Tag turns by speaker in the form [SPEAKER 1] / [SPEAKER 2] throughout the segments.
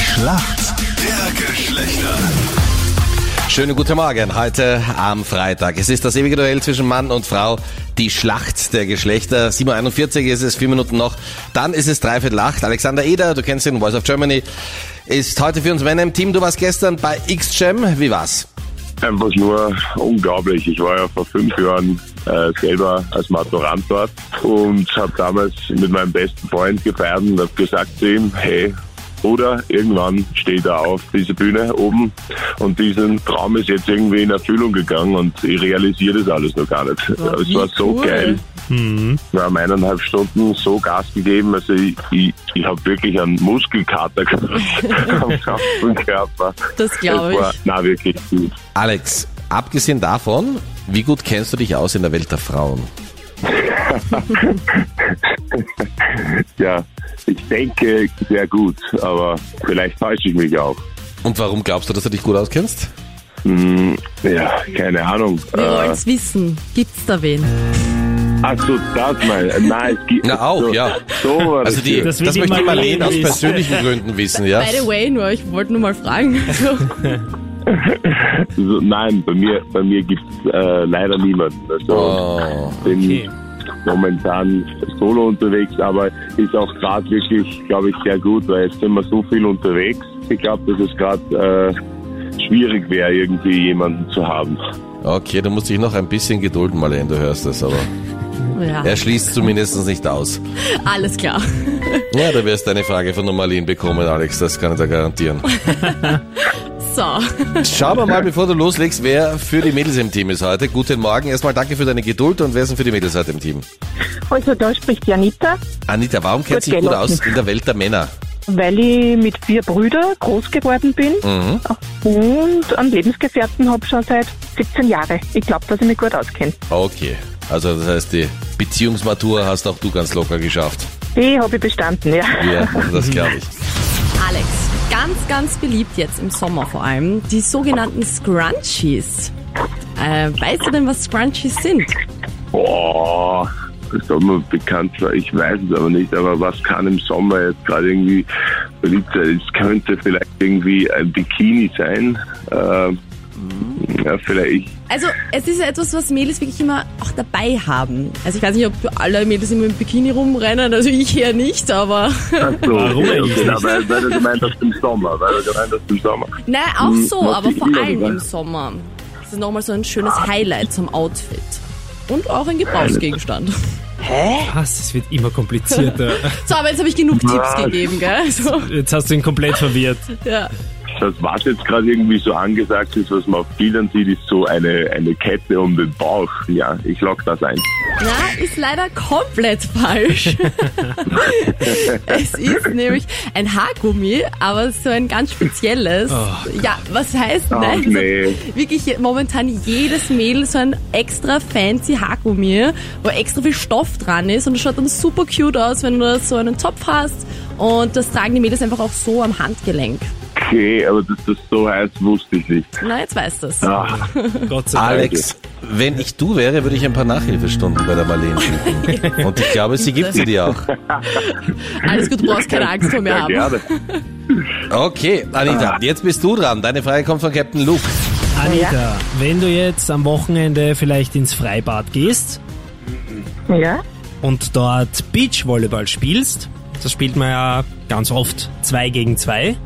[SPEAKER 1] Schlacht der Geschlechter.
[SPEAKER 2] Schönen guten Morgen, heute am Freitag. Es ist das ewige Duell zwischen Mann und Frau, die Schlacht der Geschlechter. 7.41 ist es, vier Minuten noch. Dann ist es dreiviertel acht. Alexander Eder, du kennst ihn, Voice of Germany, ist heute für uns Männer im Team. Du warst gestern bei XGEM, wie war's?
[SPEAKER 3] Einfach nur unglaublich. Ich war ja vor fünf Jahren äh, selber als Maturant dort und habe damals mit meinem besten Freund gefeiert und habe gesagt zu ihm, hey, Bruder, irgendwann steht er auf diese Bühne oben und diesen Traum ist jetzt irgendwie in Erfüllung gegangen und ich realisiere das alles noch gar nicht. es
[SPEAKER 4] wie
[SPEAKER 3] war so
[SPEAKER 4] cool.
[SPEAKER 3] geil. Wir haben eineinhalb Stunden so Gas gegeben, also ich, ich, ich habe wirklich einen Muskelkater gehabt am ganzen Körper.
[SPEAKER 4] Das glaub
[SPEAKER 3] Es war-
[SPEAKER 4] ich.
[SPEAKER 3] Na wirklich gut.
[SPEAKER 2] Alex, abgesehen davon, wie gut kennst du dich aus in der Welt der Frauen?
[SPEAKER 3] Ja, ich denke sehr gut, aber vielleicht täusche ich mich auch.
[SPEAKER 2] Und warum glaubst du, dass du dich gut auskennst?
[SPEAKER 3] Hm, ja, keine Ahnung.
[SPEAKER 4] Wir
[SPEAKER 3] Äh,
[SPEAKER 4] wollen's wissen. Gibt's da wen?
[SPEAKER 3] Ach so, das mal. Nein, es gibt.
[SPEAKER 2] Na, auch,
[SPEAKER 3] so,
[SPEAKER 2] ja.
[SPEAKER 3] So war das
[SPEAKER 2] Also die,
[SPEAKER 3] hier.
[SPEAKER 2] das,
[SPEAKER 5] Das will die
[SPEAKER 2] möchte ich mal
[SPEAKER 5] Marlene
[SPEAKER 2] aus
[SPEAKER 5] wissen.
[SPEAKER 2] persönlichen Gründen wissen, ja?
[SPEAKER 4] By the way, nur, ich wollte nur mal fragen. So,
[SPEAKER 3] so, nein, bei mir, bei mir gibt es äh, leider niemanden. Also,
[SPEAKER 2] Oh.
[SPEAKER 3] bin
[SPEAKER 5] Okay.
[SPEAKER 3] momentan solo unterwegs, aber ist auch gerade wirklich, glaube ich, sehr gut, weil jetzt sind wir so viel unterwegs. Ich glaube, dass es gerade äh, schwierig wäre, irgendwie jemanden zu haben.
[SPEAKER 2] Okay, du musst dich noch ein bisschen gedulden, Marlene, du hörst das, aber
[SPEAKER 4] ja,
[SPEAKER 2] er schließt zumindest nicht aus.
[SPEAKER 4] alles klar.
[SPEAKER 2] Ja, du wirst eine Frage von der Marlene bekommen, Alex, das kann ich dir garantieren.
[SPEAKER 4] So,
[SPEAKER 2] Schauen wir mal, bevor du loslegst, wer für die Mädels im Team ist heute. Guten Morgen, erstmal danke für deine Geduld und wer ist denn für die Mädels heute im Team?
[SPEAKER 6] Also da spricht die Anita,
[SPEAKER 2] Anita, warum kennt
[SPEAKER 6] Gut
[SPEAKER 2] sich gut
[SPEAKER 6] gelaufen.
[SPEAKER 2] aus in der Welt der Männer?
[SPEAKER 6] weil ich mit vier Brüdern groß geworden bin und einen Lebensgefährten habe schon seit 17 Jahren. Ich glaube, dass ich mich gut auskenne.
[SPEAKER 2] Okay, also das heißt, die Beziehungsmatur hast auch du ganz locker geschafft.
[SPEAKER 6] Die habe ich bestanden, ja.
[SPEAKER 2] Ja, das glaube ich.
[SPEAKER 4] Alex, ganz, ganz beliebt jetzt im Sommer vor allem, die sogenannten Scrunchies. Äh, weißt du denn, was Scrunchies sind?
[SPEAKER 3] Boah, das soll mir bekannt sein, ich weiß es aber nicht, aber was kann im Sommer jetzt gerade irgendwie beliebt sein? Es könnte vielleicht irgendwie ein Bikini sein. Äh,
[SPEAKER 5] Mhm.
[SPEAKER 3] ja, vielleicht.
[SPEAKER 4] Also, es ist ja etwas, was Mädels wirklich immer auch dabei haben. Also, ich weiß nicht, ob alle Mädels immer im Bikini rumrennen, also ich eher nicht, aber.
[SPEAKER 3] Ach so,
[SPEAKER 5] Warum
[SPEAKER 3] okay,
[SPEAKER 5] eigentlich
[SPEAKER 3] okay,
[SPEAKER 5] nicht?
[SPEAKER 3] na, weil, weil du gemeint hast im Sommer, weil du gemeint hast im Sommer.
[SPEAKER 4] Na, auch
[SPEAKER 3] Hm,
[SPEAKER 4] so,
[SPEAKER 3] was
[SPEAKER 4] aber
[SPEAKER 3] ich
[SPEAKER 4] vor
[SPEAKER 3] immer
[SPEAKER 4] allem
[SPEAKER 3] gesagt-
[SPEAKER 4] im Sommer. Das ist nochmal so ein schönes Highlight zum Outfit. Und auch ein Gebrauchsgegenstand.
[SPEAKER 5] Was? Es wird immer komplizierter.
[SPEAKER 4] So, aber jetzt habe ich genug Tipps gegeben, gell? So,
[SPEAKER 5] Jetzt hast du ihn komplett verwirrt.
[SPEAKER 4] ja.
[SPEAKER 3] Das, was jetzt gerade irgendwie so angesagt ist, was man auf Bildern sieht, ist so eine, eine Kette um den Bauch. Ja, ich lock das ein.
[SPEAKER 4] Na, ist leider komplett falsch. es ist nämlich ein Haargummi, aber so ein ganz spezielles. ja, was heißt,
[SPEAKER 3] Ach,
[SPEAKER 4] nein,
[SPEAKER 3] nee.
[SPEAKER 4] so wirklich momentan jedes Mädel so ein extra fancy Haargummi, wo extra viel Stoff dran ist und es schaut dann super cute aus, wenn du so einen Topf hast. Und das tragen die Mädels einfach auch so am Handgelenk.
[SPEAKER 3] Okay, aber dass das so heißt, wusste ich nicht.
[SPEAKER 4] Na, jetzt weißt du es.
[SPEAKER 3] Ah.
[SPEAKER 5] Gott sei Dank.
[SPEAKER 2] Alex, wenn ich du wäre, würde ich ein paar Nachhilfestunden bei der Marlene bieten. Und ich glaube, sie gibt sie dir auch.
[SPEAKER 4] Alles gut, du brauchst keine Angst vor mir
[SPEAKER 3] ja,
[SPEAKER 4] haben.
[SPEAKER 3] gerne.
[SPEAKER 2] Okay, Anita, jetzt bist du dran. Deine Frage kommt von Captain Luke.
[SPEAKER 5] Anita, wenn du jetzt am Wochenende vielleicht ins Freibad gehst
[SPEAKER 6] Ja,
[SPEAKER 5] und dort Beachvolleyball spielst, das spielt man ja ganz oft zwei gegen zwei.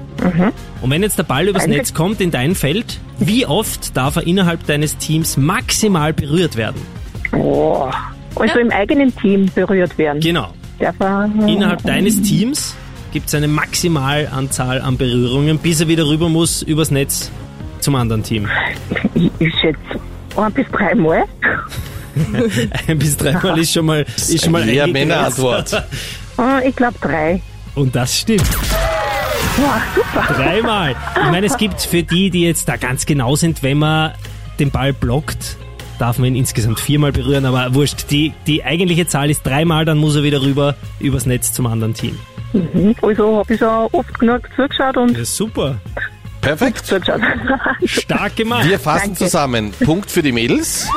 [SPEAKER 5] Und wenn jetzt der Ball übers
[SPEAKER 6] Danke.
[SPEAKER 5] Netz kommt in dein Feld, wie oft darf er innerhalb deines Teams maximal berührt werden?
[SPEAKER 6] Boah. Also
[SPEAKER 4] Ja.
[SPEAKER 6] im eigenen Team berührt werden.
[SPEAKER 5] Genau.
[SPEAKER 6] Darf er-
[SPEAKER 5] Innerhalb deines Teams gibt es eine Maximalanzahl an Berührungen, bis er wieder rüber muss übers Netz zum anderen Team.
[SPEAKER 6] Ich, ich schätze ein bis drei Mal.
[SPEAKER 5] Ein bis dreimal ist schon mal ist schon mal
[SPEAKER 2] Ja,
[SPEAKER 5] eingegrenzt.
[SPEAKER 2] Männerantwort.
[SPEAKER 6] Ah, Ich glaube drei.
[SPEAKER 5] Und das stimmt.
[SPEAKER 6] Boah, super.
[SPEAKER 5] Dreimal. Ich meine, es gibt für die, die jetzt da ganz genau sind, wenn man den Ball blockt, darf man ihn insgesamt viermal berühren, aber wurscht. Die, die eigentliche Zahl ist dreimal, dann muss er wieder rüber übers Netz zum anderen Team.
[SPEAKER 6] Also habe ich schon oft genug zugeschaut und
[SPEAKER 5] Ja, super.
[SPEAKER 2] Perfekt.
[SPEAKER 6] zugeschaut.
[SPEAKER 5] Stark gemacht.
[SPEAKER 2] Wir fassen
[SPEAKER 6] Danke.
[SPEAKER 2] zusammen. Punkt für die Mädels.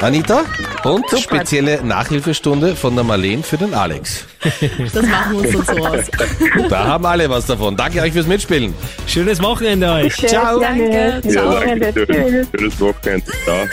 [SPEAKER 2] Anita, Und spezielle Nachhilfestunde von der Marleen für den Alex.
[SPEAKER 4] Das machen wir uns dann so aus.
[SPEAKER 2] Da haben alle was davon. Danke euch fürs Mitspielen.
[SPEAKER 5] Schönes Wochenende euch.
[SPEAKER 6] Ciao.
[SPEAKER 4] Danke.
[SPEAKER 3] Ja,
[SPEAKER 4] Ciao.
[SPEAKER 3] danke schön. Schönes Wochenende. Ja.